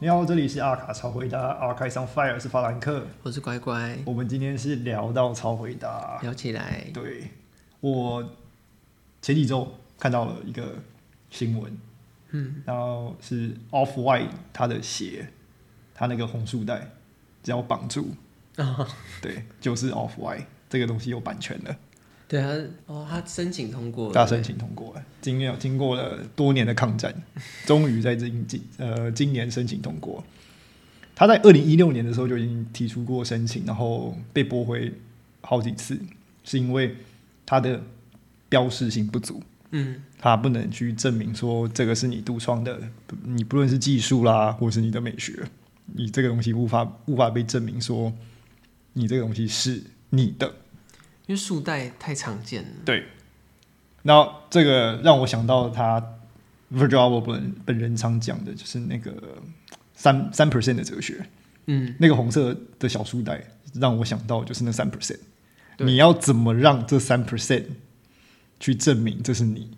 你好，这里是阿卡超回答，阿开上 fire 是法兰克。我是乖乖，我们今天是聊到超回答，聊起来对我前几周看到了一个新闻，嗯，然后是 Off White 他的鞋，他那个红束带只要绑住，啊、对，就是 Off White 这个东西有版权了，对啊，哦，他申请通过了，大申请通过了，经有经过了多年的抗战，终于在今今呃今年申请通过。他在二零一六年的时候就已经提出过申请，然后被驳回好几次，是因为他的标示性不足。嗯，他不能去证明说这个是你独创的，不你不论是技术啦，或是你的美学，你这个东西无法无法被证明说你这个东西是你的。因为束带太常见了，对，那这个让我想到他 Virgil Abloh 本本人常讲的，就是那个三三 percent 的哲学。嗯，那个红色的小书袋让我想到就是那三 percent。对你要怎么让这三 percent 去证明这是你？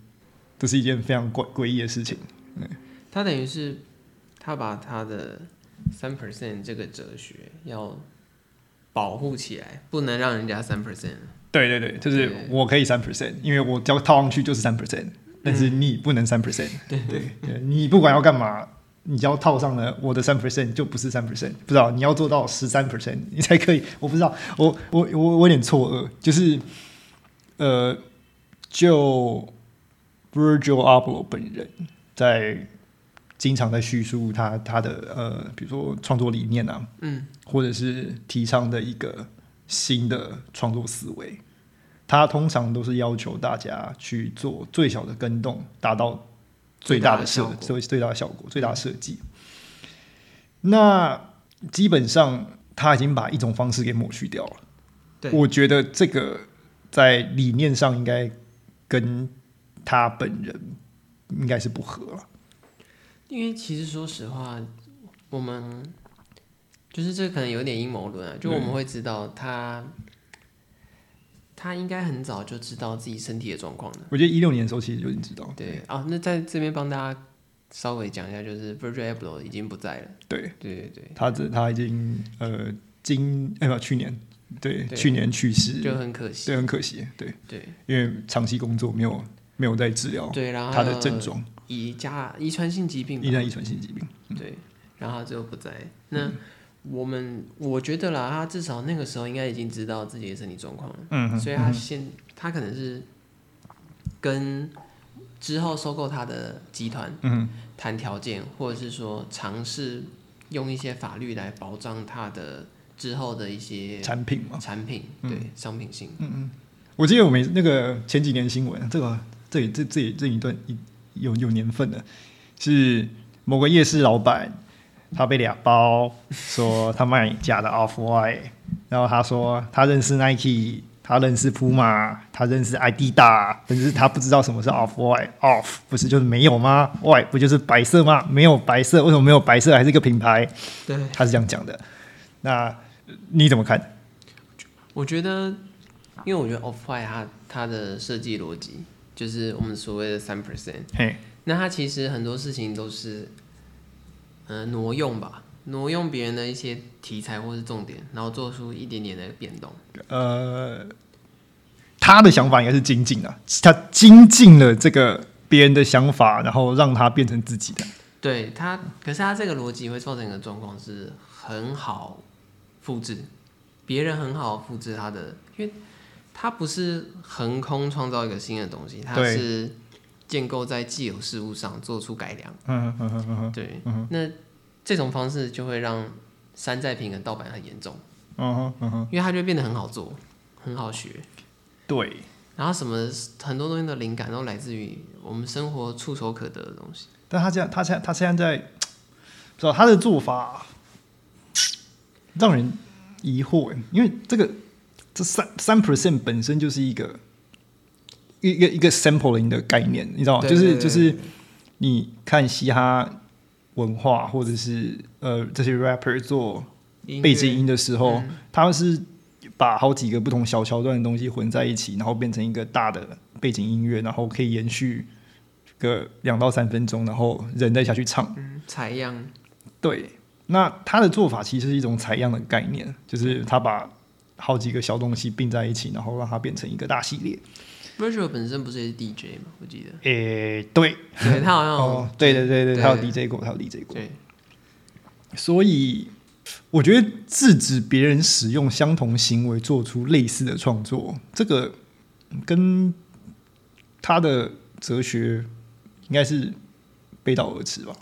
这是一件非常诡诡异的事情。他等于是他把他的三 percent 这个哲学要保护起来，不能让人家三 percent，对对对，就是对我可以三 percent，因为我只要套上去就是三 percent，但是你不能三 percent、对对，你不管要干嘛，你只要套上了我的三 percent 就不是三 percent，不知道你要做到十三 percent 你才可以。我不知道，我我我我有点错愕，就是呃，就 Virgil Abloh 本人在经常在叙述他他的呃，比如说创作理念啊，嗯，或者是提倡的一个新的创作思维。他通常都是要求大家去做最小的跟动，达到最大的设最大的效果最嗯最大的效果、最大的设计。那基本上他已经把一种方式给抹去掉了。对我觉得这个在理念上应该跟他本人应该是不合了。因为其实说实话，我们就是这可能有点阴谋论啊，就我们会知道他。他应该很早就知道自己身体的状况的。我觉得一六年的时候其实就已经知道，对啊，那在这边帮大家稍微讲一下，就是 Virgil Abloh 已经不在了。对对对对，他这他已经呃今哎不去年对对去年去世，就很可惜。对很可惜，对，对因为长期工作没有没有在治疗对，然后他的症状，以加遗传性疾病吧依然遗传性疾嗯病。对，然后他最后不在。那我们我觉得啦，他至少那个时候应该已经知道自己的身体状况了，嗯哼所以他现他可能是跟之后收购他的集团嗯谈条件，或者是说尝试用一些法律来保障他的之后的一些哼，产品嘛，产品，对商品性，我记得我们那个前几年新闻，这个这里这这里这一段一有有年份的，是某个夜市老板，他被俩包，说他卖假的 Off White，然后他说他认识 Nike，他认识 Puma，他认识 Adidas，但是他不知道什么是 Off White，Off 不是就是没有吗？White 不就是白色吗？没有白色，为什么没有白色还是一个品牌？对。他是这样讲的。那呃你怎么看？我觉得，因为我觉得 Off White 它它的设计逻辑就是我们所谓的三 percent，嘿，那它其实很多事情都是，嗯，挪用吧，挪用别人的一些题材或是重点，然后做出一点点的变动。呃，他的想法应该是精进啊，他精进了这个别人的想法，然后让他变成自己的。对它，可是它这个逻辑会造成一个状况是很好复制，别人很好复制它的，因为它不是横空创造一个新的东西，它对是建构在既有事物上做出改良。嗯嗯嗯嗯对，那这种方式就会让山寨品跟盗版很严重，嗯嗯嗯，因为它就会变得很好做，很好学，对，然后什么很多东西的灵感都来自于我们生活触手可得的东西。但他这样，他现在他现在在，不知道他的做法让人疑惑耶，因为这个这三三 percent 本身就是一个一个一个 sampling 的概念，你知道吗？对就是对对就是你看嘻哈文化或者是呃这些 rapper 做音乐背景音的时候，他们是把好几个不同小桥段的东西混在一起，然后变成一个大的背景音乐，然后可以延续个两到三分钟，然后人再下去唱。嗯采样，对，那他的做法其实是一种采样的概念，就是他把好几个小东西并在一起，然后让它变成一个大系列。 Virtual 本身不是也是 DJ 嘛？我记得，诶、对，对他好像有、哦，对对对对，对他有 DJ 过，他有 DJ 过，对，所以我觉得制止别人使用相同行为做出类似的创作，这个跟他的哲学应该是背道而驰吧。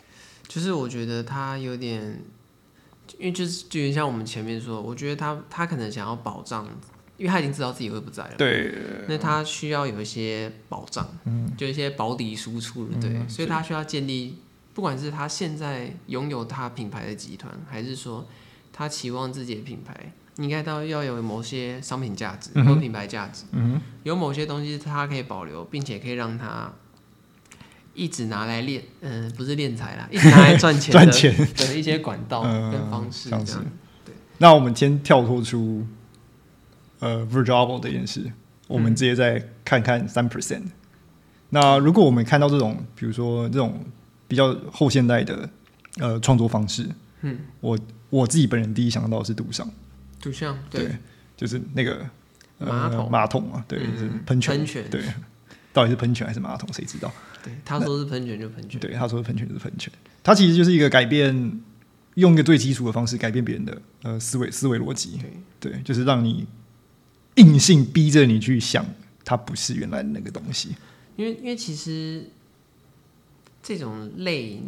就是我觉得他有点，因为就是就有点像我们前面说，我觉得他他可能想要保障，因为他已经知道自己会不在了，对，那他需要有一些保障，嗯就一些保底输出，对，所以他需要建立，不管是他现在拥有他品牌的集团，还是说他期望自己的品牌应该到要有某些商品价值或品牌价值，嗯有某些东西他可以保留，并且可以让他。一直拿来练，嗯、不是练财啦， 一直拿来赚钱的，赚钱。的一些管道嗯跟方式这方式样。那我们先跳脱出呃 Virgil 这件事，我们直接再看看三 percent。那如果我们看到这种，比如说这种比较后现代的呃创作方式，嗯，我我自己本人第一想到的是杜尚，图像对，就是那个、呃、马桶马桶嘛，对，嗯就是喷泉，喷泉对，到底是喷泉还是马桶，谁知道？对，他说是喷泉就喷泉，对，他说的喷泉就是喷泉，它其实就是一个改变，用一个最基础的方式改变别人的呃思维思维逻辑，对，对，就是让你硬性逼着你去想，它不是原来的那个东西。因为因为其实这种类，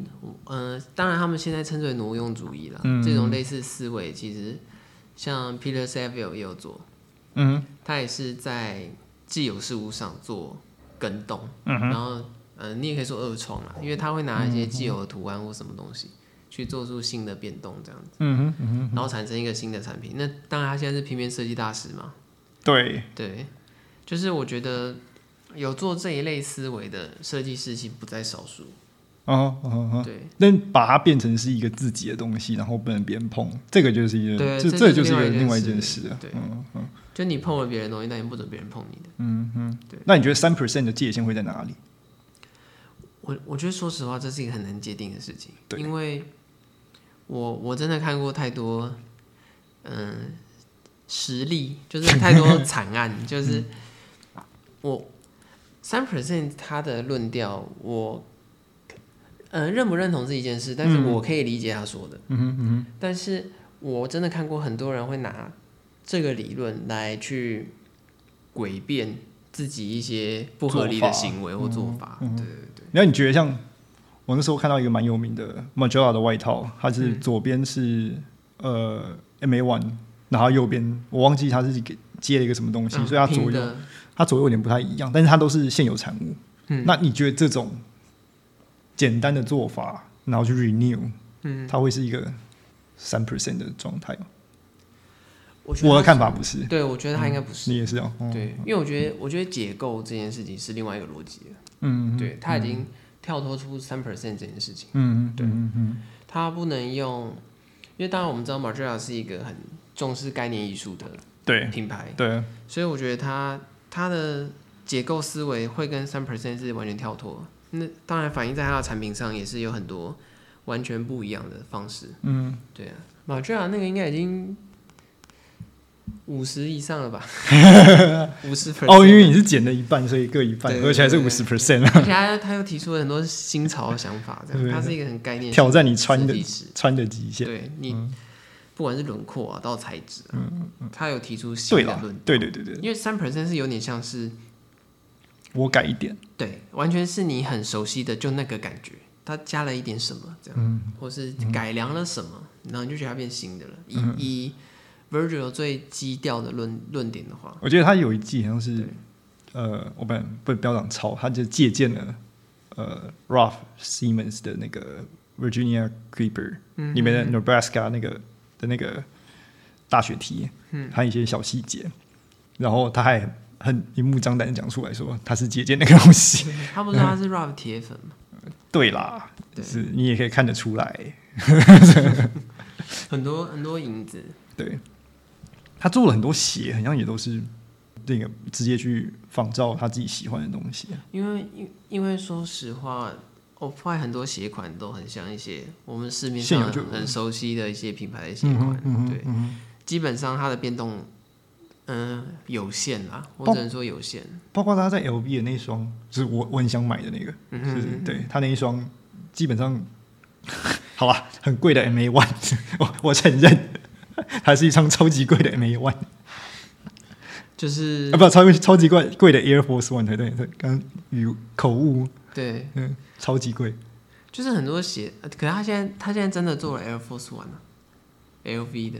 呃，当然他们现在称之为挪用主义啦，嗯这种类似思维，其实像 Peter Saville 也有做，嗯他也是在既有事物上做跟动，嗯然后呃，你也可以说二创啦，因为他会拿一些既有的图案或什么东西去做出新的变动，这样子。嗯哼嗯哼，然后产生一个新的产品。那当然，他现在是平面设计大师嘛，对，对，就是我觉得有做这一类思维的设计师其实不在少数，哦哦哦，对，但把它变成是一个自己的东西，然后不能别人碰，这个就是一个，对这这这就就是是一个另外一另外一件件事事啊。对嗯嗯，就你碰了别人的东西，但你不准别人碰你的。那你觉得三 percent 的界限会在哪里？我我觉得说实话，这是一个很难界定的事情，对因为我我真的看过太多，嗯、实例就是太 多惨案，就是嗯我三 percent 他的论调，我嗯、呃认不认同是一件事，但是嗯我可以理解他说的，嗯嗯但是我真的看过很多人会拿这个理论来去诡辩自己一些不合理做的法嗯行为或做法，对对对。那你觉得像我那时候看到一个蛮有名的 m a g e l a 的外套，它是嗯左边是、呃 M A One，然后右边我忘记它是给接了一个什么东西，嗯所以它左拼右的它左右有点不太一样，但是它都是现有产物。嗯那你觉得这种简单的做法，然后去 renew，嗯，它会是一个三 percent 的状态吗？我觉得我的他看法不是，对，我觉得他应该不是。你也是啊？哦对，因为我觉得，我觉得解构这件事情是另外一个逻辑了。嗯，对，他已经跳脱出三 percent 这件事情，嗯，对嗯嗯他不能用，因为当然我们知道 Margiela 是一个很重视概念艺术的对品牌，对，所以我觉得他他的解构思维会跟三 percent 是完全跳脱。那当然反映在他的产品上也是有很多完全不一样的方式。嗯，对啊，Margiela 那个应该已经五十以上 了吧？五十 percent 哦，因为你是减了一半，所以各一半对，对而且还是对五十 percent 啊，而且他他又提出了很多新潮的想法，这对样，他是一个很概念 挑战你穿的嗯历史，穿的极限。对你、不管是轮廓啊到材质、啊，他有提出嗯对新的啦论，，对对对对，因为三 percent 是有点像是我改一点，对，完全是你很熟悉的就那个感觉，他加了一点什么这样，嗯或是改良了什么，然后你就觉得它变新的了。以、嗯以 Virgil 最基调的论论点的话，我觉得他有一季好像是对，呃，我本不不要讲抄，他就借鉴了呃 Ralph Siemens 的那个 Virginia Creeper 嗯里面的 Nebraska 那个的那个大学题，嗯还有一些小细节，然后他还很明目张胆的讲出来说他是借鉴那个东西， 他不是嗯说他是 rap 铁粉吗？对啦，对是你也可以看得出来，很多很多影子，对，他做了很多鞋，好像也都是那个直接去仿照他自己喜欢的东西。啊因为因因为说实话，哦我发现很多鞋款都很像一些我们市面现上有就有很熟悉的一些品牌的鞋嗯款哼，嗯哼对，嗯哼基本上它的变动，嗯、有限啦，我包只能说有限。包括他在 LB 的那一双，就是我我很想买的那个，嗯就哼是对他那一双，基本上好吧，很贵的 MA One，我 我承认，它是一双超级贵的 MA One。就是啊，不，超超级贵贵的 Air Force One，对对对，刚语口误，对，嗯，超级贵，就是很多鞋，呃可是他现在他现在真的做了 Air Force One 啊，LV 的，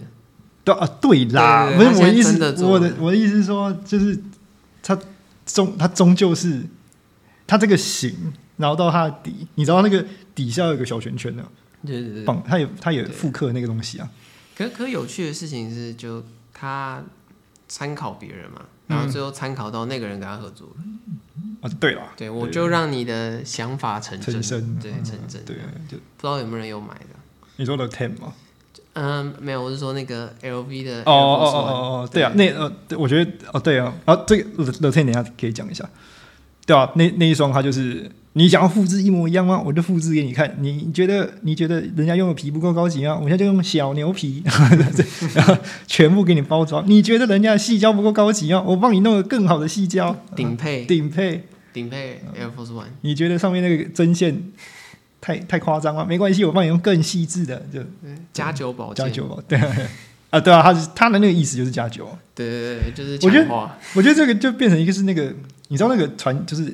对啊，对啦，对对不对是我的意他现在真的思，做我了的我的意思是说，就是它终它终究是它这个型，然后到它的底，你知道那个底下有个小圈圈的、对对对。绑，它也它也对复刻那个东西啊，可可有趣的事情是，就他参考别人嘛，然后最后参考到那个人跟他合作了。啊，对啦，对，我就让你的想法成真，成身，对，嗯成真。对，就不知道有没有人有买的？你说的 Ten 嘛，嗯，没有，我是说那个 LV 的 Air 哦哦 Force 哦 One。哦哦，对啊，那呃，对我觉得哦对啊，然后这个 l e t e n 等一下可以讲一下，对啊，那那一双它就是你想要复制一模一样吗？我就复制给你看，你你觉得你觉得人家用的皮不够高级吗？我现在就用小牛皮， 然后全部给你包装。你觉得人家的细胶不够高级吗？我帮你弄个更好的细胶顶配顶配。顶配嗯 Air Force One，你觉得上面那个针线太太夸张吗？没关系，我帮你用更细致的，就加九保健加，九吧。对啊啊，对啊，他是他的那个意思就是加九。对对对，就是我觉得强化，我觉得这个就变成一个是那个，你知道那个船就是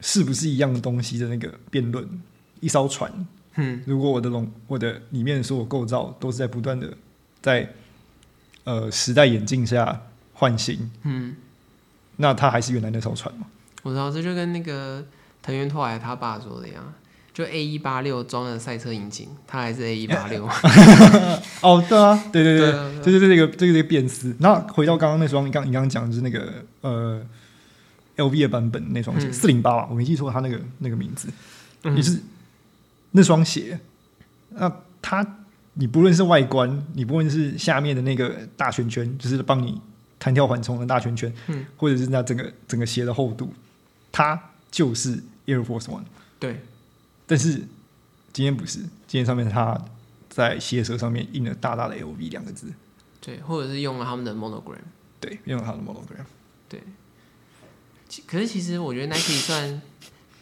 是不是一样的东西的那个辩论。一艘船，嗯，如果我的龙我的里面所有构造都是在不断的在呃时代眼镜下换新，嗯，那它还是原来那艘船吗？我知道，这就跟那个藤原拓海他爸说的一样，就 A 一八六装了赛车引擎，他还是 A 一八六，哦，对啊，对 对对，对啊对啊这就是这个这个这个变思。那回到刚刚那双，你刚你刚刚讲的是那个呃 L V 的版本那双鞋嗯四零八吧，我没记错它那个那个名字，嗯你是那双鞋，那它你不论是外观，你不论是下面的那个大圈圈，就是帮你弹跳缓冲的大圈圈，嗯或者是那整个整个鞋的厚度，它就是 Air Force One， 对，但是今天不是，今天上面它在鞋舌上面印了大大的 LV 两个字，对，或者是用了他们的 monogram，对，用了它的 monogram。对。其可是其实我觉得 Nike 算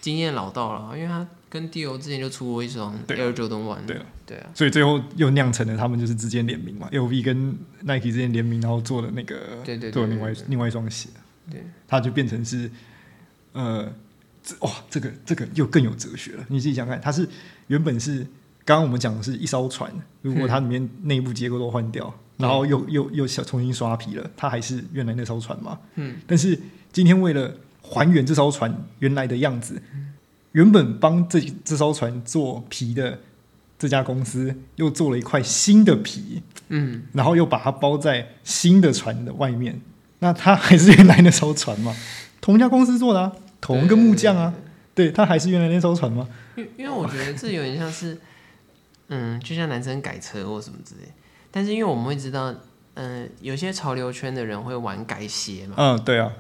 经验老道了，因为他跟 Dior 之前就出过一双对 Air Jordan One，对啊对啊，所以最后又酿成了他们就是之间联名嘛，LV 跟 Nike 之间联名，然后做了那个对对对做了另对外对另外一双鞋，对，它就变成是呃，这哇，这个这个又更有哲学了。你自己想想看，它是原本是刚刚我们讲的是一艘船，如果它里面内部结构都换掉，然后又又又小重新刷皮了，它还是原来那艘船嘛。嗯，但是今天为了还原这艘船原来的样子，原本帮这这艘船做皮的这家公司又做了一块新的皮，嗯，然后又把它包在新的船的外面，那它还是原来那艘船吗？同一家公司做的啊，同一个木匠啊，对，它还是原来那艘船吗？因为因为我觉得这有点像是，嗯，就像男生改车或什么之类。但是因为我们会知道，嗯、有些潮流圈的人会玩改鞋嘛，嗯，对啊，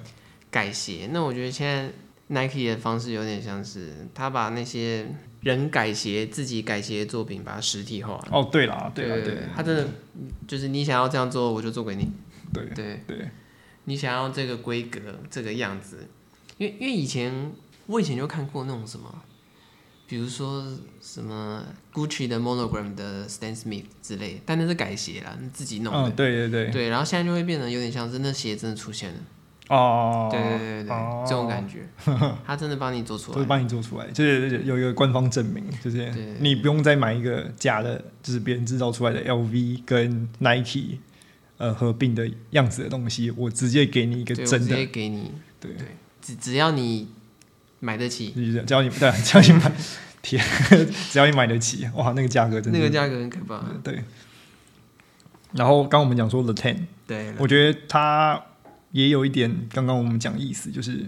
改鞋。那我觉得现在 Nike 的方式有点像是他把那些人改鞋、自己改鞋的作品把它实体化。哦，对啦，对啦，对他真的就是你想要这样做，我就做给你。对对，对，你想要这个规格、这个样子，因为因为以前我以前就看过那种什么，比如说什么 Gucci 的 monogram 的 Stan Smith 之类，但那是改鞋啦，你自己弄嗯，的。对对对，对，然后现在就会变得有点像真的鞋真的出现了，哦，对对对对对，哦这种 感觉，他真的帮你做出都是来，帮你做出来，就是有一个官方证明，就是对你不用再买一个假的，就是别人制造出来的 LV 跟 Nike 呃合并的样子的东西，我直接给你一个对，我真直的接，给你，对，只只要你买得起，就是只要你对啊，只要你买， 天，啊只要你买得起，哇，那个价格真的那是个价格很可怕，对。然后刚刚我们讲说 The Ten，对了，我觉得它也有一点，刚刚我们讲意思，就是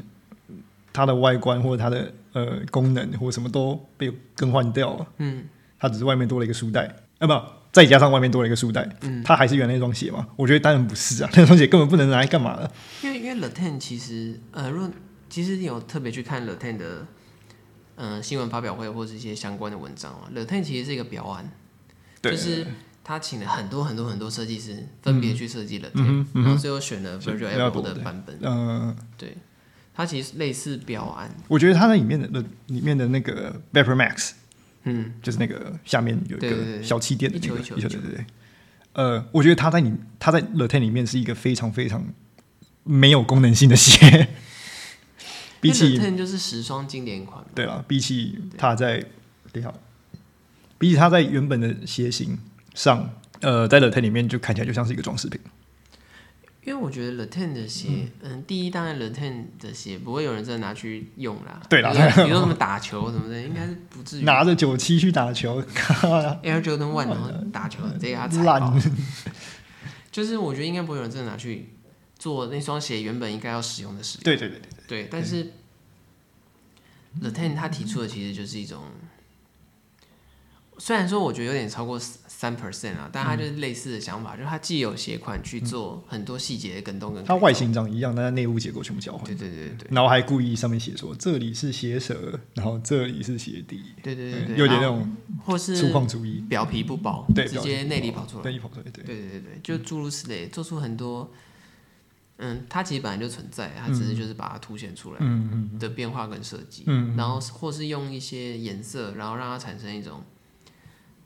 它的外观或者它的呃功能或什么都被更换掉了。嗯它只是外面多了一个束带，啊不，再加上外面多了一个束带，嗯，它还是原来那双鞋嘛？我觉得当然不是啊，那 双鞋根本不能拿来干嘛的。因为因为 Latin 其实呃，如果其实你有特别去看 Latin 的嗯、呃新闻发表会或是一些相关的文章啊 l e t e n 其实是一个表案，对，就是他请了很多很多很多设计师分别去设计 l e t 嗯 e n 哼嗯哼然后最后选了 Virgil 是 Abloh Abloh 的对版本。呃，对，它其实类似标案，我觉得它那里面的里面的那个 Vapor Max 嗯，就是那个下面有一对对对个小气垫的那个一球一球对对对。呃，我觉得它在你它在 l e t e n 里面是一个非常非常没有功能性的鞋， 比起 Ten 就是十双经典款嘛，对了，比起它在等一下，比起它在原本的鞋型上，呃，在 l e t e n 里面就看起来就像是一个装饰品。因为我觉得 l e t e n 的鞋，嗯第一当然 l e t e n 的鞋不会有人真的拿去用啦，对啦就是比如说什么打球什么的，应该是不至于。拿着九七去打球， Air Jordan One 然后打哦球，这个他踩爆嗯烂，就是我觉得应该不会有人真的拿去做那双鞋原本应该要使用的事。 对对对对，对，但是 The Ten 他提出的其实就是一种，虽然说我觉得有点超过三 percent 啊，但他就是嗯类似的想法，就是他既有鞋款去做很多细节的跟动跟它改外造，形长一样，但它内部结构全部交换。对对对对然后还故意上面写说这里是鞋舌，然后这里是鞋底，对对对对，有点那然后种或粗是犷主义，表皮不薄，对，直接内里跑出来，内里跑出来，对，嗯对对对对，就诸如此类，做出很多，嗯，它其实本来就存在，它只是就是把它凸显出来嗯嗯的变化跟设计，嗯然后或是用一些颜色，然后让它产生一种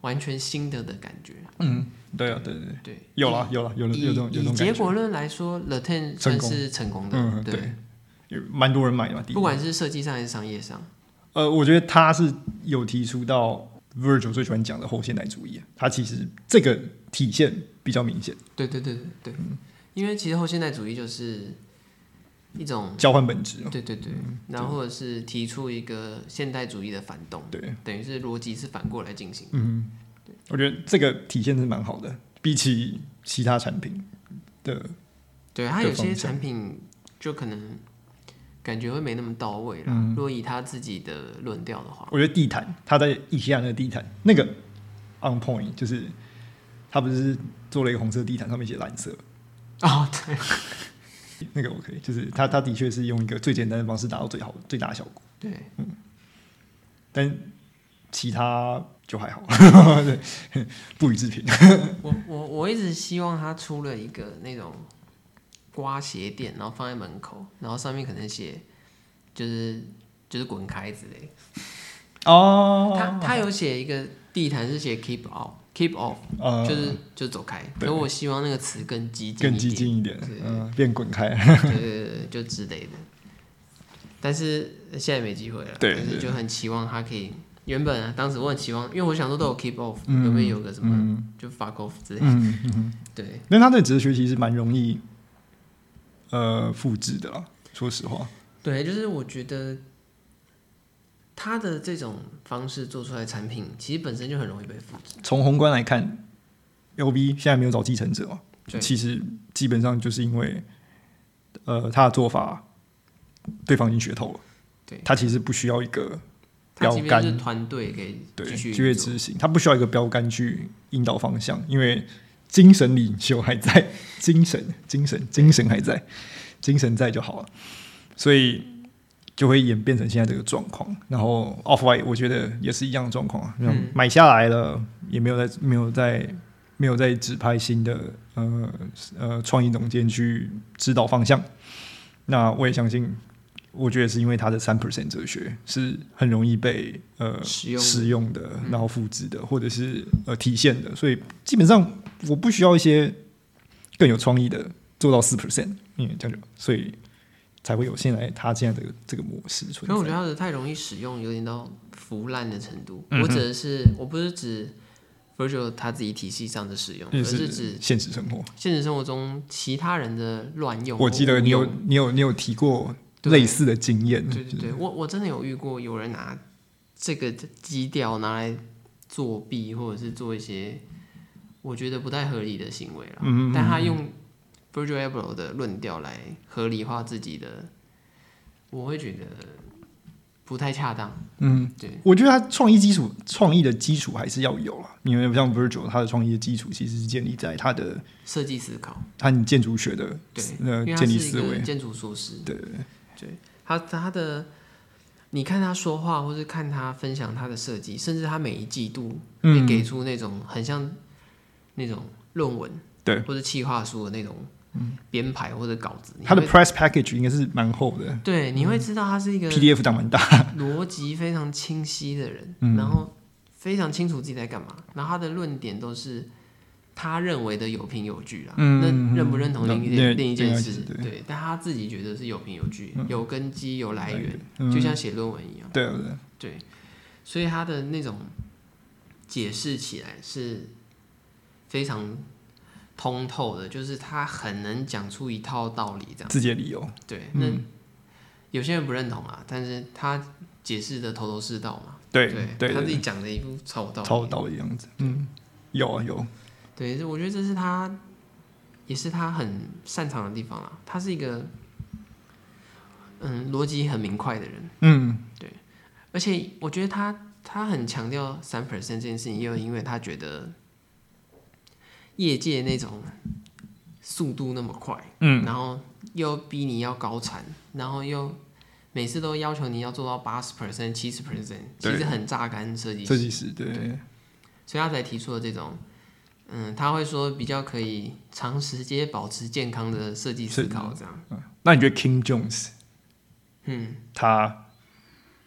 完全新的的感觉。嗯，对啊，对对对，对，有了有了有了以有这种有这以种结感觉，果论来说 l e t e n 成算功是成功的，嗯对，对，有蛮多人买的嘛，第一不，管是设计上还是商业上，呃，我觉得他是有提出到 Virgil 最喜欢讲的后现代主义啊，他其实这个体现比较明显，对对对对对，因为其实后现代主义就是一种。交换本质哦，对对对，然后或者是提出一个现代主义的反动，对，等于是逻辑是反过来进行的。嗯，我觉得这个体现是蛮好的，比起其他产品的，对，它的有些方向产品就可能感觉会没那么到位啦。嗯如果以他自己的论调的话，我觉得地毯，他在以西亚那个地毯，那个 on point 就是他不是做了一个红色地毯，上面写蓝色，哦，对，那个我可以，就是他他的确是用一个最简单的方式达到最好最大的效果， 对，但其他就还好， 对，不予置评。我我我一直希望他出了一个那种刮鞋垫，然后放在门口，然后上面可能写就是就是滚开之类的。哦他他有写一个地毯是写 keep off，keep off，呃，就是就走开。对可我希望那个词更激进，更激进 一点对，嗯、变滚开。 对对对，就之类的。但是现在没机会了，对但对是就很期望他可以。原本啊，当时我很期望，因为我想说都有 keep off，、嗯有没有有个什么、嗯就 fuck off 之类的。嗯嗯哼，对，因为他的哲学其实蛮容易呃复制的啦，说实话。对，就是我觉得他的这种方式做出来的产品，其实本身就很容易被复制。从宏观来看，LV 现在没有找继承者嘛，对其实基本上就是因为，呃，他的做法，对方已经学透了，对他其实不需要一个他标即便杆是团队给对继续就业做执行，他不需要一个标杆去引导方向，因为精神领袖还在，精神精神精神还在，精神在就好了，所以。就会演变成现在这个状况，然后 Off White 我觉得也是一样的状况啊，嗯买下来了也没有在没有在没有在指派新的呃呃创意总监去指导方向，那我也相信，我觉得是因为他的三 percent 哲学是很容易被呃使用的嗯使用的，然后复制的，或者是呃体现的，所以基本上我不需要一些更有创意的做到四 percent，因为这样就所以才会有现在他现在的这个模式存可在。是我觉得它的太容易使用，有点到腐烂的程度。嗯哼我指的是，我不是指 Virgil 他自己体系上的使用，而就是是指哦现实生活，现实生活中其他人的乱用或误用。我记得你有你有你有提过对类似的经验，对对对，我我真的有遇过有人拿这个基调拿来作弊，或者是做一些我觉得不太合理的行为了。嗯嗯嗯但他用 Virgil Abloh 的论调来合理化自己的，我会觉得不太恰当。嗯，对。我觉得他创意基础、创意的基础还是要有了，因为像 Virgil 他的创意的基础其实是建立在他的设计思考，他你建筑学的对，呃因为他建是立一思个维，建筑硕士，对他他的你看他说话，或是看他分享他的设计，甚至他每一季度会嗯给出那种很像那种论文，对或者企划书的那种编排或者稿子，你它的会 press package 应该是蛮厚的对，你会知道他是一个，PDF 档蛮大。 逻辑非常清晰的人，嗯然后非常清楚自己在干嘛，然后他的论点都是他认为的有凭有据啊。那认不认同那另一嗯那件另一件事另外一件事，对对，但他自己觉得是有凭有据、有根基、有来源，嗯就像写论文一样。对对，对，所以他的那种解释起来是非常通透的，就是他很能讲出一套道理这样。自己的理由。对，那、有些人不认同啊，但是他解释的头头是道嘛。对他自对，己讲的一副超有道理。超有道理的样子。嗯，有啊有，对，这我觉得这是他，也是他很擅长的地方啦。他是一个，嗯，逻辑很明快的人，嗯而且我觉得他他很强调三 percent 这件事情，也有因为他觉得业界那种速度那么快，嗯，然后又逼你要高产，然后又每次都要求你要做到八十 percent、七十 percent，其对实很榨干设计师设。计师对，所以他才提出了这种，嗯，他会说比较可以长时间保持健康的设计思考，这样，那你觉得 King Jones 嗯，他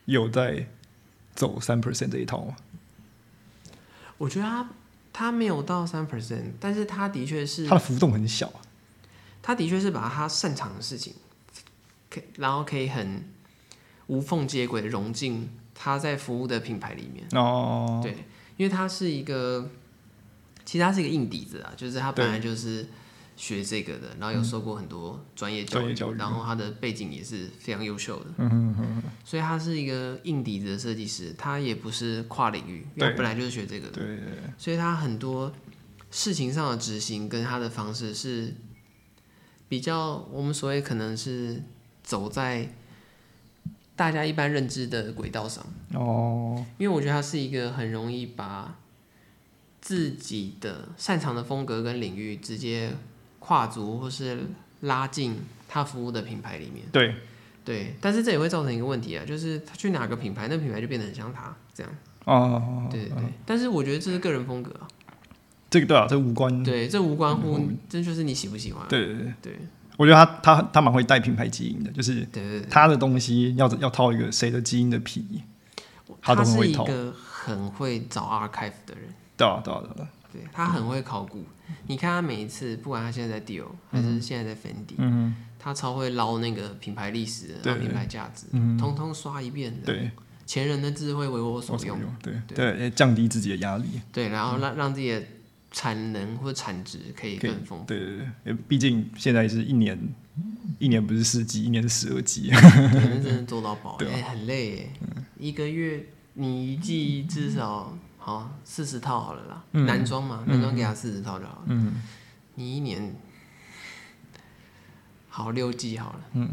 有在走三 percent 这一套吗？我觉得他他没有到三 percent，但是他的确是他，的浮动很小啊。他的确是把他擅长的事情，可然后可以很无缝接轨地融进他在服务的品牌里面，哦，对，因为他是一个，其实他是一个硬底子啊，就是他本来就是学这个的，然后有受过很多专业教嗯专育，业教育然后他的背景也是非常优秀的，嗯所以他是一个硬底子的设计师，他也不是跨领域，因对为他本来就是学这个的，对对所以他很多事情上的执行跟他的方式是比较我们所谓可能是走在大家一般认知的轨道上。对，哦，因为我觉得他是一个很容易把自己的擅长的风格跟领域直接跨足或是拉进他服务的品牌里面。对，对，但是这也会造成一个问题啊，就是他去哪个品牌，那品牌就变得很像他这样。哦，对对对，但是我觉得这是个人风格啊，这个对啊，这无关。对，这无关乎，嗯这就是你喜不喜欢。啊对对对，对我觉得他他他蛮会带品牌基因的，就是对对对，他的东西要要套一个谁的基因的皮，他他都很是会一套个很会找 archive 的人。对啊对啊对啊，对他很会考古。你看他每一次，不管他现在在 Dior 还嗯是现在在 Fendi，、他超会捞那个品牌历史、对嗯然后品牌价值，通通刷一遍的。对，前人的智慧为我所我用，用，对对，降低自己的压力，对，然后让让自己的产能或产值可以可以更丰富。对对对，毕竟现在是一年一年不是四季，一年是十二季， 对那真的做到饱，对啊哎、很累耶，一个月你一季至少好四十套好了啦，男装嘛，男装给他四十套就好了。嗯，你一年好六季好了，嗯，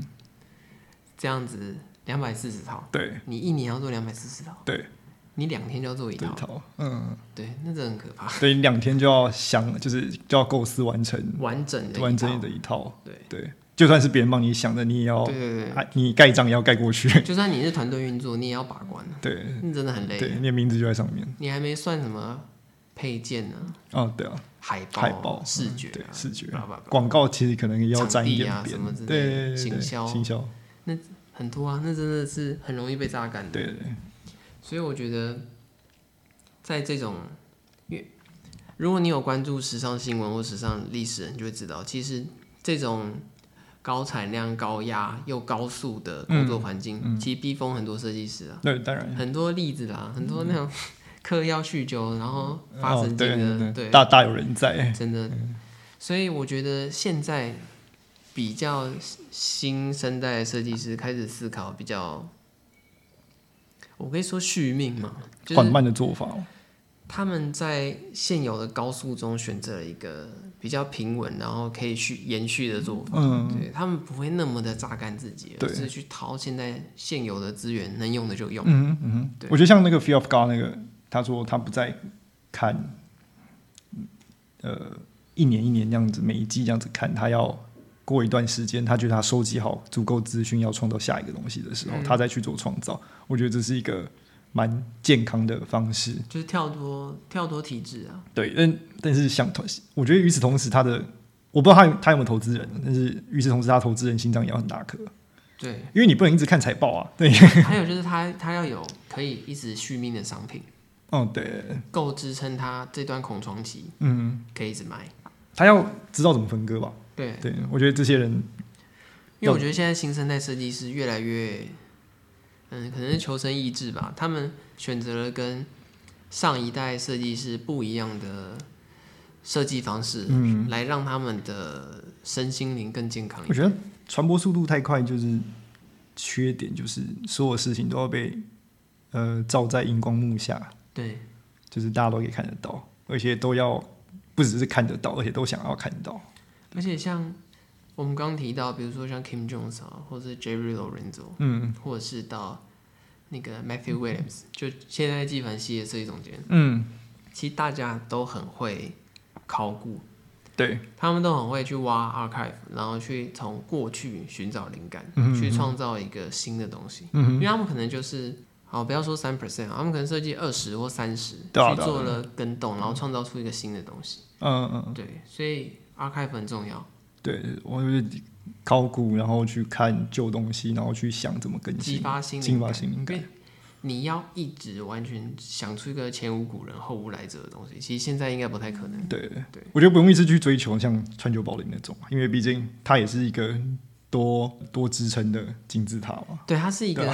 这样子两百四十套，对你一年要做两百四十套，对，你两天就要做一这一套，套，嗯，对，那真的很可 怕，所以两天就要想，就是就要构思完成完整的一套完整的一套，对对，就算是别人帮你想的，你也要对对对啊，你盖章也要盖过去， 就算你是团队运作，你也要把关，啊对那真的很累，对，你的名字就在上面，你还没算什么配件呢、哦，对啊。海报、海报、嗯视觉、对啊，视觉 blah blah blah、广告，其实可能也要沾一点场地啊什边么之，类的对对对，行销行销，很多啊，那真的是很容易被榨干的。对对对，所以我觉得，在这种，因为如果你有关注时尚新闻或时尚历史，你就会知道，其实这种高产量、高压又高速的工嗯作环境，其实逼疯很多设计师啊，那当然很多例子啦，很多那种嗑药酗酒，然后发嗯哦神经对的，对对，大大有人在， 真的。嗯所以我觉得现在比较新生代的设计师开始思考比较，我可以说续命嘛，就缓是慢的做法哦，他们在现有的高速中选择了一个比较平稳，然后可以续延续的做法。嗯，对他们不会那么的榨干自己，而对是去掏现在现有的资源，能用的就用。嗯哼嗯哼对我觉得像那个 Fear of God 那个，他说他不再看，嗯呃，一年一年这样子，每一季这样子看，他要过一段时间，他觉得他收集好足够资讯，要创造下一个东西的时候，他再去做创造。我觉得这是一个蛮健康的方式。就是跳脱跳脱体制啊，对，但但是想同，我觉得与此同时，他的我不知道他有他有没有投资人，但是与此同时，他投资人心脏也要很大颗， 对。因为你不能一直看财报啊。对，还有就是他他要有可以一直续命的商品，哦对，够支撑他这段空窗期嗯，可以一直卖。他要知道怎么分割吧？对，对，我觉得这些人，因为我觉得现在新生代设计师越来越，嗯，可能是求生意志吧，他们选择了跟上一代设计师不一样的设计方式，嗯，来让他们的身心灵更健康一我点。觉得传播速度太快，就是缺点，就是所有事情都要被呃照在荧光幕下，对，就是大家都可以看得到，而且都要不只是看得到，而且都想要看到。而且像我们刚刚提到，比如说像 Kim Jones 啊，或者是 Jerry Lorenzo，嗯或者是到那个 Matthew Williams，就现在纪梵希的设计总监，嗯，其实大家都很会考古，对，他们都很会去挖 archive，然后去从过去寻找灵感，嗯哼去创造一个新的东西。嗯因为他们可能就是，好不要说三 percent，他们可能设计二十或三十、对啊去对啊做了跟动，然后创造出一个新的东西。嗯嗯，对，所以 archive 很重要。对，我就是考古，然后去看旧东西，然后去想怎么更激新，发新灵激发感新灵感。你要一直完全想出一个前无古人后无来者的东西，其实现在应该不太可能。对，啊对我觉得不用一直去追求像川久保玲那种，因为毕竟它也是一个多多支撑的金字塔嘛。对，它是一个，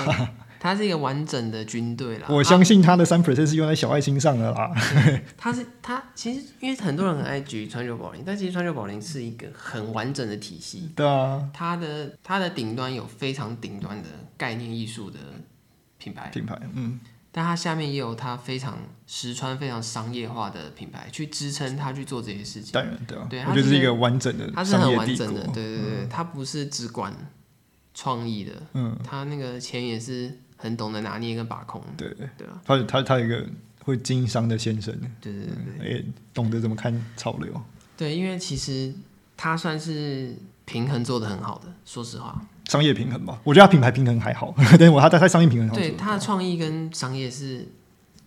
它是一个完整的啊军队啦。啊我相信他的三 percent 是用在小爱心上的啦。 它是它其实因为很多人很爱举川久保玲，但其实川久保玲是一个很完整的体系，对啊，它的它的顶端有非常顶端的概念艺术的品牌，品牌，嗯，但它下面也有它非常实穿、非常商业化的品牌去支撑它去做这些事情。当然对啊，对我它觉得是是一一个个完整的它是商很业完帝整的，国。对对对，它不是只管创意的，嗯，它那个钱也是很懂得拿捏跟把控，对，对吧？他他他有一个会经商的先生，对对对对。也懂得怎么看潮流。对，因为其实它算是平衡做得很好的，说实话，商业平衡吧，我觉得他品牌平衡还好， 但是我他他商业平衡好对它的创意跟商业是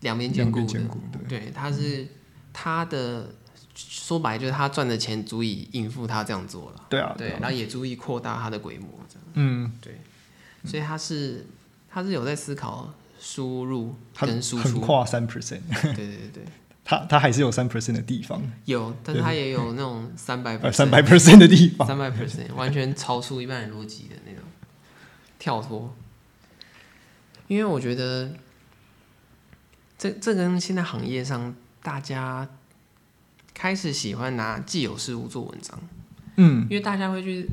两边兼两顾边的。兼顾，嗯对，对，它是它的说白了就是他赚的钱足以应付他这样做了，对啊，对，啊然后也足以扩大它的规模，这样嗯，对，所以它是它是有在思考输入他跟输很出，跨三 percent，对对对对，他他还是有三 percent 的地方，有，但它也有那种三百呃，三百 percent 的地方，三百 percent，完全超出一般人逻辑的那种跳脱。因为我觉得这这跟现在行业上大家开始喜欢拿既有事物做文章，嗯，因为大家会去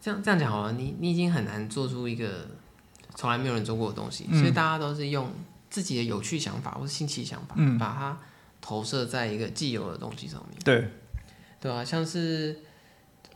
这样这样讲好了，你你已经很难做出一个从来没有人做过的东西，嗯所以大家都是用自己的有趣想法或是新奇想法，嗯把它投射在一个既有的东西上面。对，对啊，像是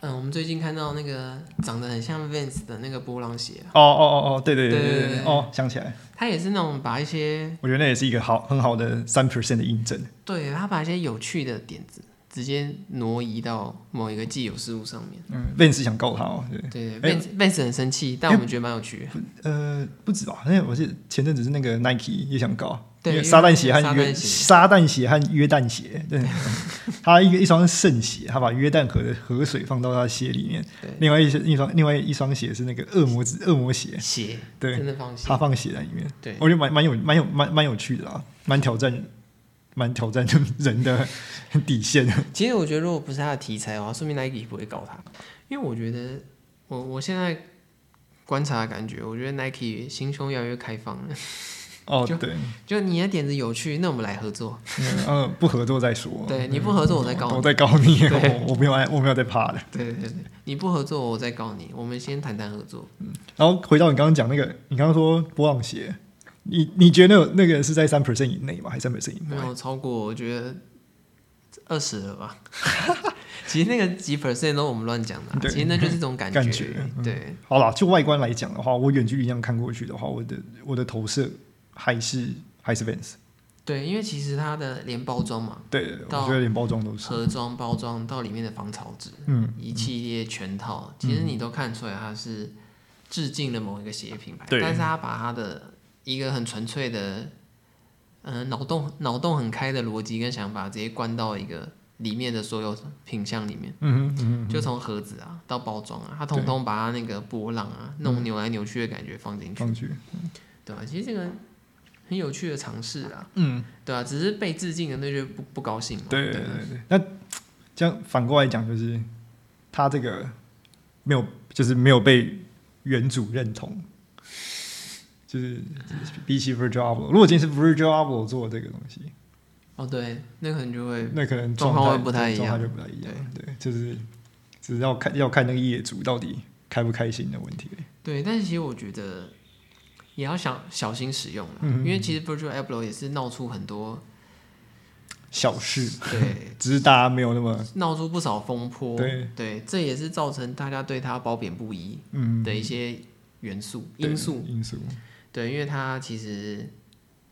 嗯，我们最近看到那个长得很像 Vans 的那个波浪鞋，哦哦哦哦，对对对对对对对，对哦，想起来，它也是那种把一些我觉得那也是一个好很好的三 percent 的印证，对它把一些有趣的点子直接挪移到某一个既有事物上面。嗯，Vance 想告他哦，对。对哎，Vans Vans 很生气，但我们觉得蛮有趣的。呃，不止吧？那我是前阵子是那个 Nike 也想搞，对因为因为撒旦鞋撒和旦约鞋撒旦鞋和约旦 鞋，对，他一个一双圣鞋，他把约旦河的河水放到他的鞋里面，对，另外一双一双另外一双鞋是那个恶魔之恶魔鞋，鞋对真，的放心他。放鞋在里面，对我觉得蛮蛮有蛮有蛮蛮有趣的啊，蛮挑战蛮挑战人 的底线的，其实我觉得，如果不是他的题材的话，说明 Nike 不会告他，因为我觉得我我现在观察的感觉，我觉得 Nike 心胸越来越开放了。 哦，就对，就你的点子有趣，那我们来合作。嗯呃，不合作再说，对，你不合作，我再告你我。在告你，对我我没有爱我没有在怕的。对对对，你不合作，我再告你。我们先谈谈合作。然后回到你刚刚讲那个，你刚刚说波浪鞋，你你觉得那个那个是在三 percent 以内吗？还是三 percent 以没外？有超过，我觉得二十了吧。 其实那个几 percent 都我们乱讲的啊、对其实那就是一种感感觉嗯对，好啦，就外观来讲的话，我远距离这样看过去的话，我的我的投射还是还是 Vans，对，因为其实它的连包装嘛，对，对对我到觉得连包装都是，盒装、包装到里面的防潮纸，嗯，一系列全套，其实你都看出来它是致敬了某一个鞋品牌，对但是它把它的一个很纯粹的，呃，脑洞脑洞很开的逻辑跟想法，直接灌到一个里面的所有品相里面，嗯哼嗯哼，就从盒子啊到包装啊，它对统统把它那个波浪啊那种扭来扭去的感觉放进去，放去，对啊吧、其实这个很有趣的尝试啊，嗯，对啊，只是被致敬的那就不不高兴嘛，对对不对对。那这样反过来讲，就是他这个没有，就是没有被原主认同，就是比起 Virgil Abloh，如果今天是 Virgil Abloh 做这个东西，哦对，那可能就会那可能状状况态会不太一样状态就不太一样。对，就是只是要看要看那个业主到底开不开心的问题。对，但是其实我觉得也要小小心使用啦，嗯因为其实 Virtual Abloh 也是闹出很多 小事，对只是大家没有那么闹出不少风波，对这也是造成大家对他褒贬不一嗯的一些元素、对因素。因素。对，因为他其实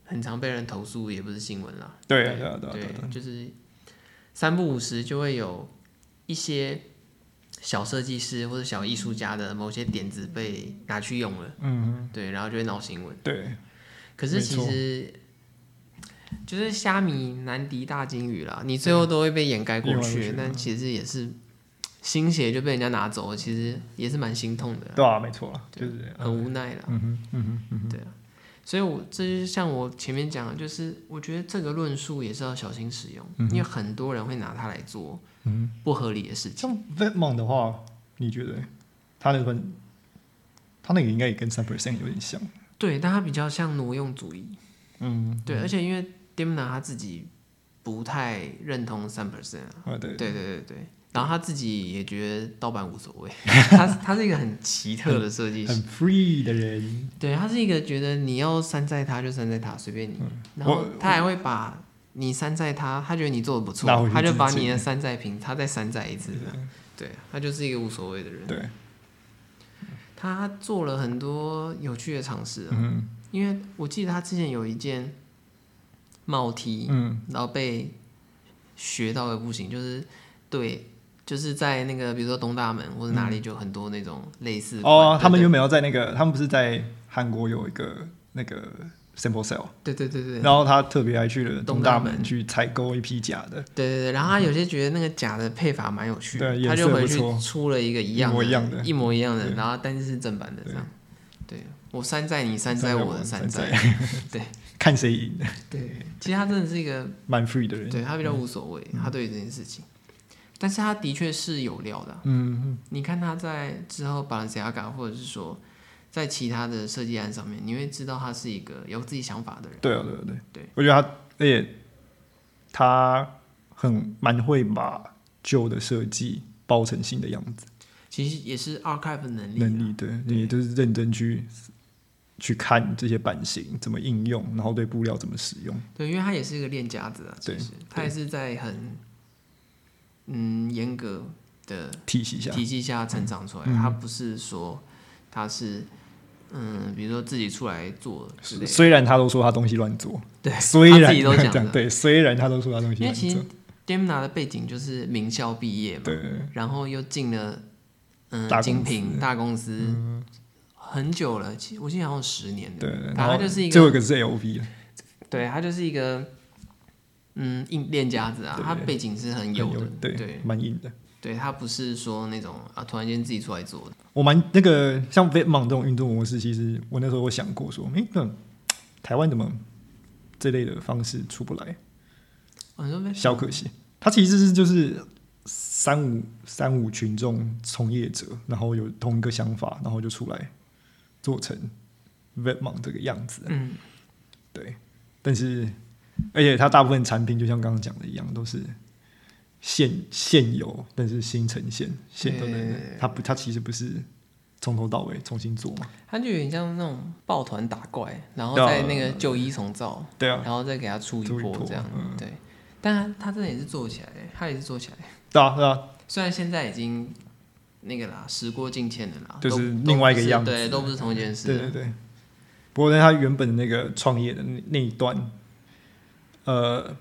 很常被人投诉，也不是新闻啦。对啊对啊对啊对对啊，就是三不五时就会有一些小设计师或者小艺术家的某些点子被拿去用了，嗯，对，然后就会闹新闻。对，可是其实就是虾米难敌大金鱼啦，你最后都会被掩盖过啊掩盖过去去，但其实也是心血就被人家拿走了，其实也是蛮心痛的啦，对啊，没错啦，就是这样很无奈啦。嗯哼嗯哼嗯哼，所以我这就是像我前面讲的，就是我觉得这个论述也是要小心使用，嗯因为很多人会拿它来做不合理的事情。像 Vetmon 的话，你觉得他那份他那个应该也跟三 percent 有点像，对，但它比较像挪用主义。嗯，对，而且因为 Dimna 他自己不太认同三 percent 啊，啊对，对对对对，然后他自己也觉得盗版无所 谓，他他是一个很奇特的设计师很，free 的人，对他是一个觉得你要山寨他就山寨他，随便你，嗯然我后他还会把你山寨他，他觉得你做的不错拿回，去他就自己把剪你的山寨品他再山寨一次，这样对他就是一个无所谓的人，对，他做了很多有趣的尝试、啊，嗯因为我记得他之前有一件帽 T，嗯然后被学到的不行，就是对，就是在那个比如说东大门或者哪里就很多那种类似嗯款哦，对他们对原本要在那个，他们不是在韩国有一个那个 sample sale，对对对对对然后他特别还去了东东大大门门去采购一批假的，对对，然后他有些觉得那个假的配法蛮有趣的，对他颜色就回不去错出了一个一样一模一样的一模一样的，对然后但是是正版的这样，对我山寨你山寨我的山寨， 对看谁赢，对，其实他真的是一个蛮 free 的人，对他比较无所谓，嗯他对于这件事情，但是他的确是有料的啊、嗯嗯你看他在之后 Balenciaga 或者是说在其他的设计案上面，你会知道他是一个有自己想法的人。对啊，对啊，对啊，对我觉得他，而且他很蛮会把旧的设计包成新的样子，其实也是 archive 的能力啊、能力对，对你就是认真去去看这些版型怎么应用，然后对布料怎么使用，对，因为他也是一个练家子啊，其对实他也是在很嗯严格的体系下，体系下成长出来，嗯他不是说他是嗯，比如说自己出来做之类的，虽然他都说他东西乱做，对，虽然他自己都讲这样的，对，虽然他都说他东西因为乱其做实，Demna 的背景就是名校毕业嘛，对，然后又进了嗯大公司嗯精品大公司，很久了，其我记得好像十年了。对，然反正后就是一个最后一个是 LV 了，对，他就是一个嗯硬练家子啊，对他背景是很有的，对，对蛮硬的。对他不是说那种啊突然间自己出来做的，我蛮那个像 Vetmon 这种运动模式，其实我那时候我想过说，诶，那台湾怎么这类的方式出不来？哦、你说没小可惜，它其实是就是三五三五群众从业者，然后有同一个想法，然后就出来做成 Vetmon 这个样子。嗯对，但是而且它大部分产品就像刚刚讲的一样，都是现现有，但是新呈现，现都对能对对它不它其实不是从头到尾重新做嘛。他就有点像那种抱团打怪，然后对啊再那个旧衣重造，对啊，然后再给他出一出一波波这样，嗯对，但他他真的也是做起来的，他也是做起来的，对啊，对啊，虽然现在已经。那个啦，时过境迁的啦，就是都都另外一不个是样子对，都不是同一件事。对对对。不过呢，他原本的那个创业的那那一段，呃，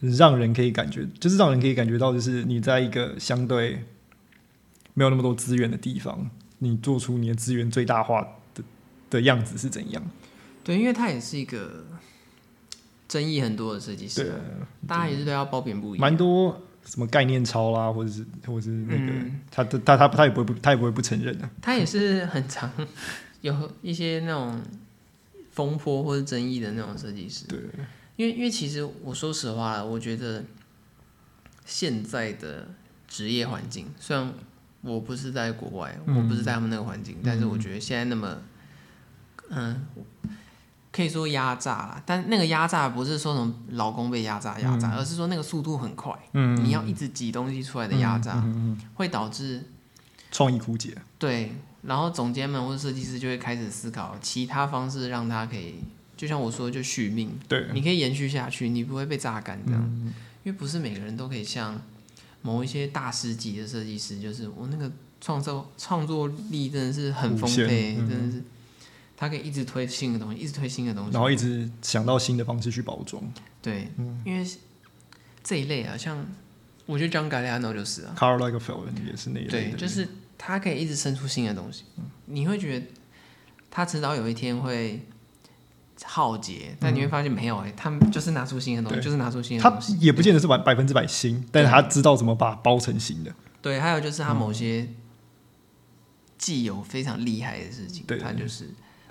让人可以感觉，就是让人可以感觉到，就是你在一个相对没有那么多资源的地方，你做出你的资源最大化的的样子是怎样？对，因为他也是一个争议很多的设计对师啊啊，，大家也是对他褒贬不一。蛮多什么概念抄啦，或者是或者是那个、嗯他他他他他也不会不他也不会不承认的、啊他也是很常 有一些那种风波或者争议的那种设计师。对，因为因为其实我说实话啦，我觉得现在的职业环境，虽然我不是在国外，我不是在他们那个环嗯境，但是我觉得现在那么，嗯。可以说压榨啦，但那个压榨不是说什么劳工被压榨压榨，而是说那个速度很快，嗯你要一直挤东西出来的压榨，嗯嗯嗯会导致创意枯竭，对，然后总监们或者设计师就会开始思考其他方式，让他可以，就像我说，就续命，对，嗯你可以延续下去，你不会被榨干这样。因为不是每个人都可以像某一些大师级的设计师，就是我那个创造创作力真的是很丰无限沛，嗯真的是他可以一直推新的东西，一直推新的东西，然后一嗯直想到新的方式去包装。对，因为这一类啊，像我觉得 John Galliano 就是啊， Carl Lagerfeld 也是那一类对，的，就是他可以一直生出新的东西，你会觉得他迟早有一天会浩劫，但你会发现没有哎、他们就是拿出新的东西，对就是拿出新的他东西。也不见得是百百分之百新，但是他知道怎么把它包成新的。对，还有就是他某些嗯既有非常厉害的事情，对他就是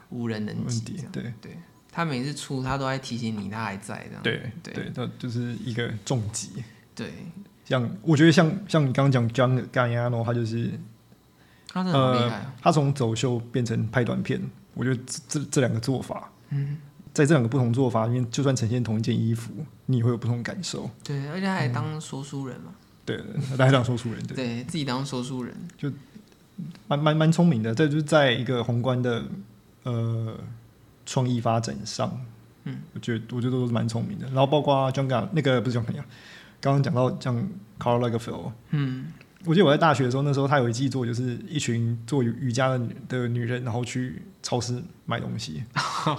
无人能问及题这样。对他每次出，他都在提醒你他还在这样。对对对，那就是一个重疾。对，像我觉得像像你刚刚讲 John Galliano，他就是他真的好厉害、呃啊。，他从走秀变成拍短片，我觉得这这这两个做法，嗯，在这两个不同做法里面，就算呈现同一件衣服，你也会有不同感受。对，而且他还当说书人嘛，对，大家讲说书人，嗯对，对自己当说 书人，蛮蛮蛮聪明的。这就是在一个宏观的呃创意发展上，嗯，我觉得我觉得都是蛮聪明的。然后包括 John g a 那个不是 John g a 刚刚讲到像 Carl Lagerfeld，嗯，我记得我在大学的时候，那时候他有一季做就是一群做瑜瑜伽的女的女人，然后去超市买东西。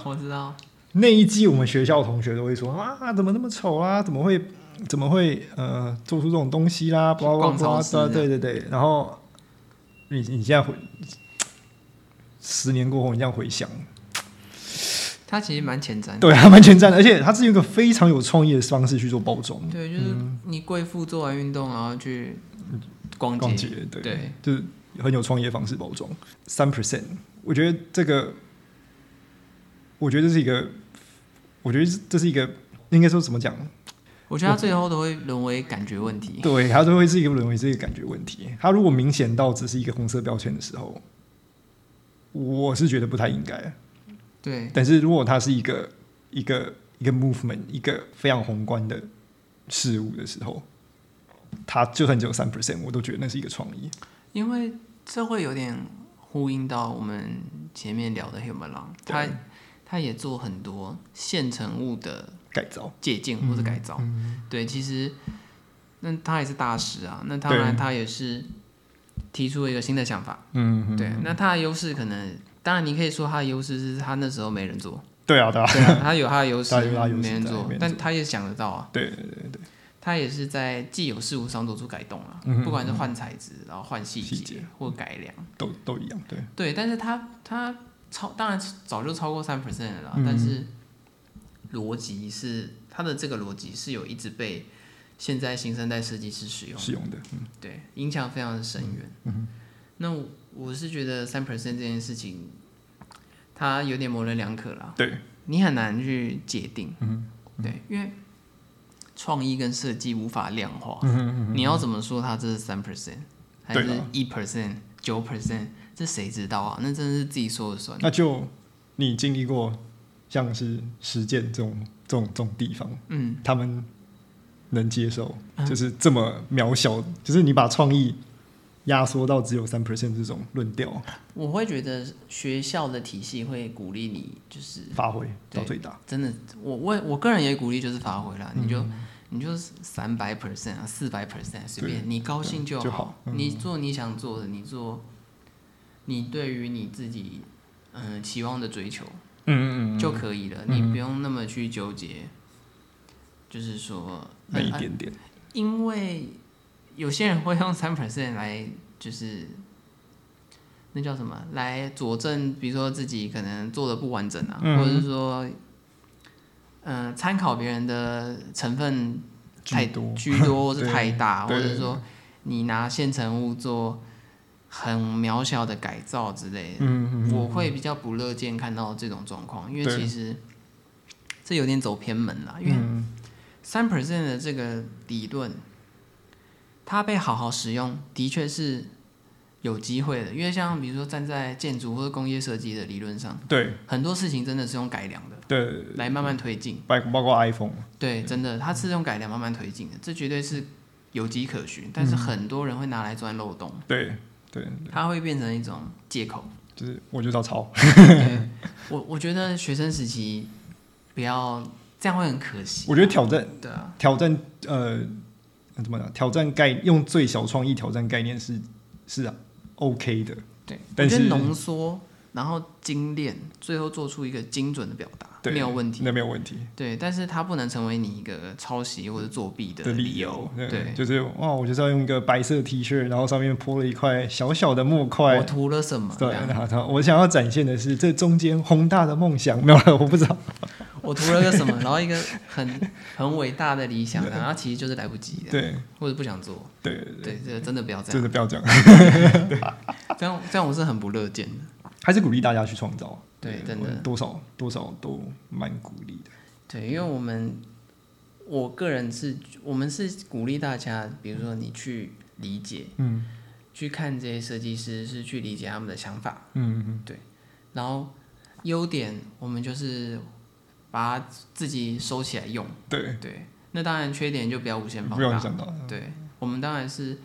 我知道，那一季我们学校同学都会说啊，怎么那么丑啊？怎么会怎么会呃做出这种东西啦？去巴拉逛巴超拉，市对这对对对。然后你你现在回十年过后，你这样回想，嗯他其实蛮前瞻的。对，还蛮全站的，而且他是用一个非常有创意的方式去做包装。对，就是你贵妇做完运动，然后去逛街，嗯逛街，对，对就是很有创业方式包装。三 percent，我觉得这个，我觉得这是一个，我觉得这是一个，应该说怎么讲？我觉得他最后都会沦为感觉问题。对，它都会是一个沦为是一个感觉问题。它如果明显到只是一个红色标签的时候，我是觉得不太应该。对，但是如果它是一个一个一个 movement，一个非常宏观的事物的时候，它就算只有三 percent，我都觉得那是一个创意。因为这会有点呼应到我们前面聊的黑门狼，他他也做很多现成物的改造，借鉴或者改造。嗯对，其实那他也是大师啊，那当对然他也是提出了一个新的想法。嗯，对，那他的优势可能，当然你可以说他的优势是他那时候没人做。对啊，对啊，对啊，他有他的优势，他有他的优势没人在做没人，但他也想得到啊，对对对对，他也是在既有事物上做出改动啊，不管是换材质，然后换细嗯细节节嗯或改良，都都一样，对，对，但是他他超当然早就超过三 percent 了啦，嗯但是逻辑是他的这个逻辑是有一直被现在新生代设计师使用的，是用的，对，影响非常的深远。嗯那我我是觉得三 percent 这件事情，它有点模棱两可啦。对，嗯你很难去界定。对，因为创意跟设计无法量化。嗯你要怎么说它这是三 percent，还对是啊一 percent、九 percent？这谁知道啊？那真的是自己说了算。那就你经历过像是实践这种这种这种地方，嗯，他们能接受，就是这么渺小，就是你把创意压缩到只有三 percent 这种论调我会觉得学校的体系会鼓励你，就是发挥到最大。真的，我我我个人也鼓励就是发挥啦，你就、嗯你就三百 percent 啊，四百 percent 随便，你高兴就好，嗯就好嗯你做你想做的，你做你对于你自己嗯、呃期望的追求嗯嗯就可以了，你不用那么去纠结。就是说，那一点点，因为有些人会用三 percent 来，就是那叫什么，来佐证，比如说自己可能做的不完整啊，嗯或者是说，嗯、参考别人的成分太太多，居多或是对太大，或 对者说你拿现成物做很渺小的改造之类的，嗯嗯我会比较不乐见看到这种状况，因为对其实这有点走偏门了，因为嗯，三 percent 的这个理论，它被好好使用，的确是有机会的。因为像比如说站在建筑或者工业设计的理论上，对很多事情真的是用改良的对，嗯来慢慢推进。包包括 iPhone，对，真的，它是用改良慢慢推进的，这绝对是有迹可循。但嗯是很多人会拿来钻漏洞，对对，它会变成一种借口。就是我就是要抄，对 我我觉得学生时期不要这样会很可惜。我觉得挑战对啊，挑战呃怎么讲？挑战概用最小创意挑战概念是是啊 OK 的，对，但我觉是得浓缩，然后精炼，最后做出一个精准的表达，对没有问题。那没有问题对，但是它不能成为你一个抄袭或者作弊的理由。对，对，就是哇，我就是要用一个白色 T 恤，然后上面泼了一块小小的墨块我，图了什么？对，这样然后我想要展现的是这中间宏大的梦想，没有了，我不知道。我图了个什么？然后一个很很伟大的理想，然后其实就是来不及的，对或者不想做。对，对，这个真的不要这真样，的不要这样，这样这样我是很不乐见的。还是鼓励大家去创造。对真的我多少多少都蛮鼓励的。对，嗯因为我们我个人是，我们是鼓励大家，比如说你去理解，嗯去看这些设计师，是去理解他们的想法。嗯嗯然后优点我们就是把它自己收起来用，嗯，对，对。那当然缺点就不要无限放不嗯要大，想到，对。我们当然是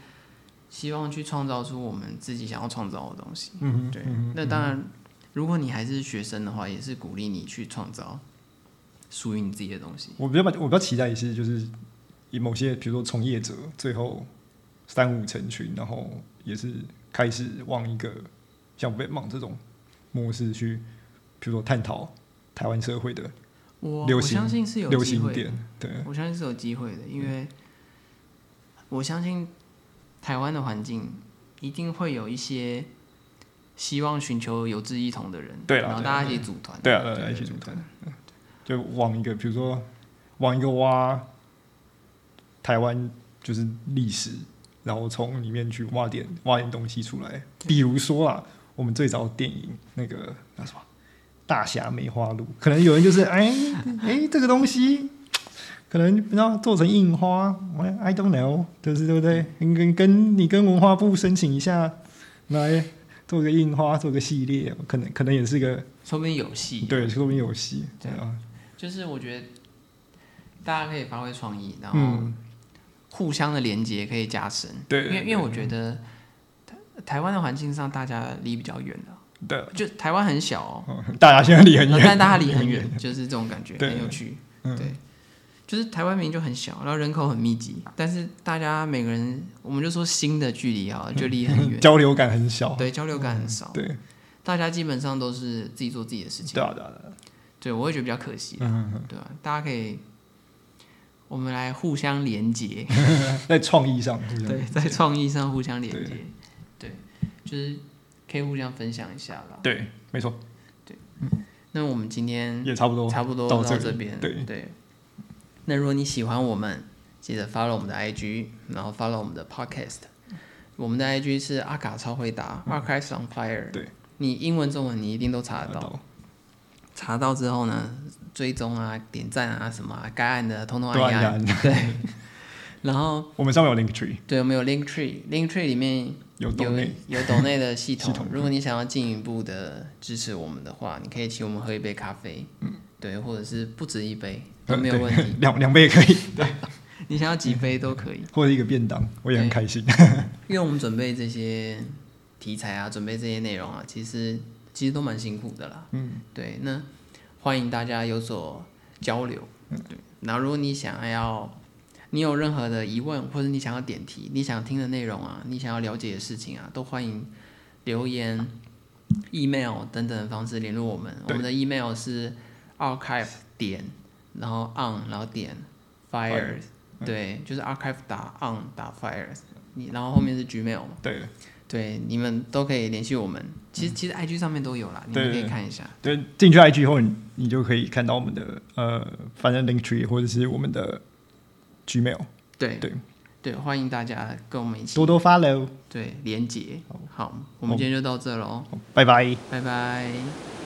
希望去创造出我们自己想要创造的东西，嗯对。那当然，如果你还是学生的话，也是鼓励你去创造属于你自己的东西。我比较把我比较期待的是，就是以某些比如说从业者最后三五成群，然后也是开始往一个像 w e b m 这种模式去，比如说探讨台湾社会的我流我行相信是有流机行会的，点，嗯对，我相信是有机会的，因为我相信台湾的环境一定会有一些希望寻求有志一同的人，对啦然后对大家一起组团，对啊，对啊，一起组团，嗯就往一个比如说往一个挖台湾就是历史，然后从里面去挖点挖点东西出来，比如说啊，我们最早电影那个那什么《大侠梅花鹿》，可能有人就是哎哎这个东西。可能不知道做成印花，我 I don't know，就是对不对？跟跟跟你跟文化部申请一下，来做个印花，做个系列，可能可能也是个说不定有戏。对，说明有戏。对啊，就是我觉得大家可以发挥创意，然后嗯，互相的连接可以加深，对嗯因为因为我觉得台台湾的环境上大家离比较远的，对，就台湾很小、哦，哦大家现在离很呃但远，大家离很远，就是这种感觉，对很有趣。嗯对，就是台湾明明就很小，然后人口很密集，但是大家每个人，我们就说新的距离啊，就离很 远，嗯交流感很小。对，交流感很少，对，大家基本上都是自己做自己的事情对，啊，对 啊，对啊对我会觉得比较可惜，嗯，嗯对吧？大家可以，我们来互相连接，嗯在创意上，互相对，在创意上互相连接，对，就是可以互相分享一下啦。对，没错，那我们今天也差不多。嗯差不多到这里这边。对那如果你喜欢我们，记得 follow 我们的 IG，然后 follow 我们的 Podcast。我们的 IG 是阿卡超会答、a r c h i v e s on Fire。嗯对，你英文、中文你一定都查得到。到，查到之后呢，追踪啊、点赞啊什么啊，该按的通通都按按一一按。按。对。然后，我们上面有 link tree，对，我们有 Link Tree，Link Tree 里面有有 donate 有抖内的系统， 系统如果你想要进一步的支持我们的话，你可以请我们喝一杯咖啡，嗯对，或者是不止一杯呃都没有问题， 两两杯也可以， 你想要几杯都可以，或者一个便当，我也很开心。 因为我们准备这些题材啊，准备这些内容啊，其实其实都蛮辛苦的啦，嗯，对，那欢迎大家有所交流，嗯对，然后如果你想要。你有任何的疑问，或者你想要点题，你想听的内容啊，你想要了解的事情啊，都欢迎留言、email 等等的方式联络我们。我们的 email 是 archive 点，然后 on，然后点 fires，嗯对，就是 archive 打 on 打 fires，你然后后面是 Gmail 嘛，对对，你们都可以联系我们。其实其实 IG 上面都有啦，你们嗯对可以对看一下。对，进去 IG 后，你你就可以看到我们的呃，反正 Linktree 或者是我们的 Gmail，对对对，欢迎大家跟我们一起多多 follow，对连接。好，我们今天就到这喽，拜拜。拜拜。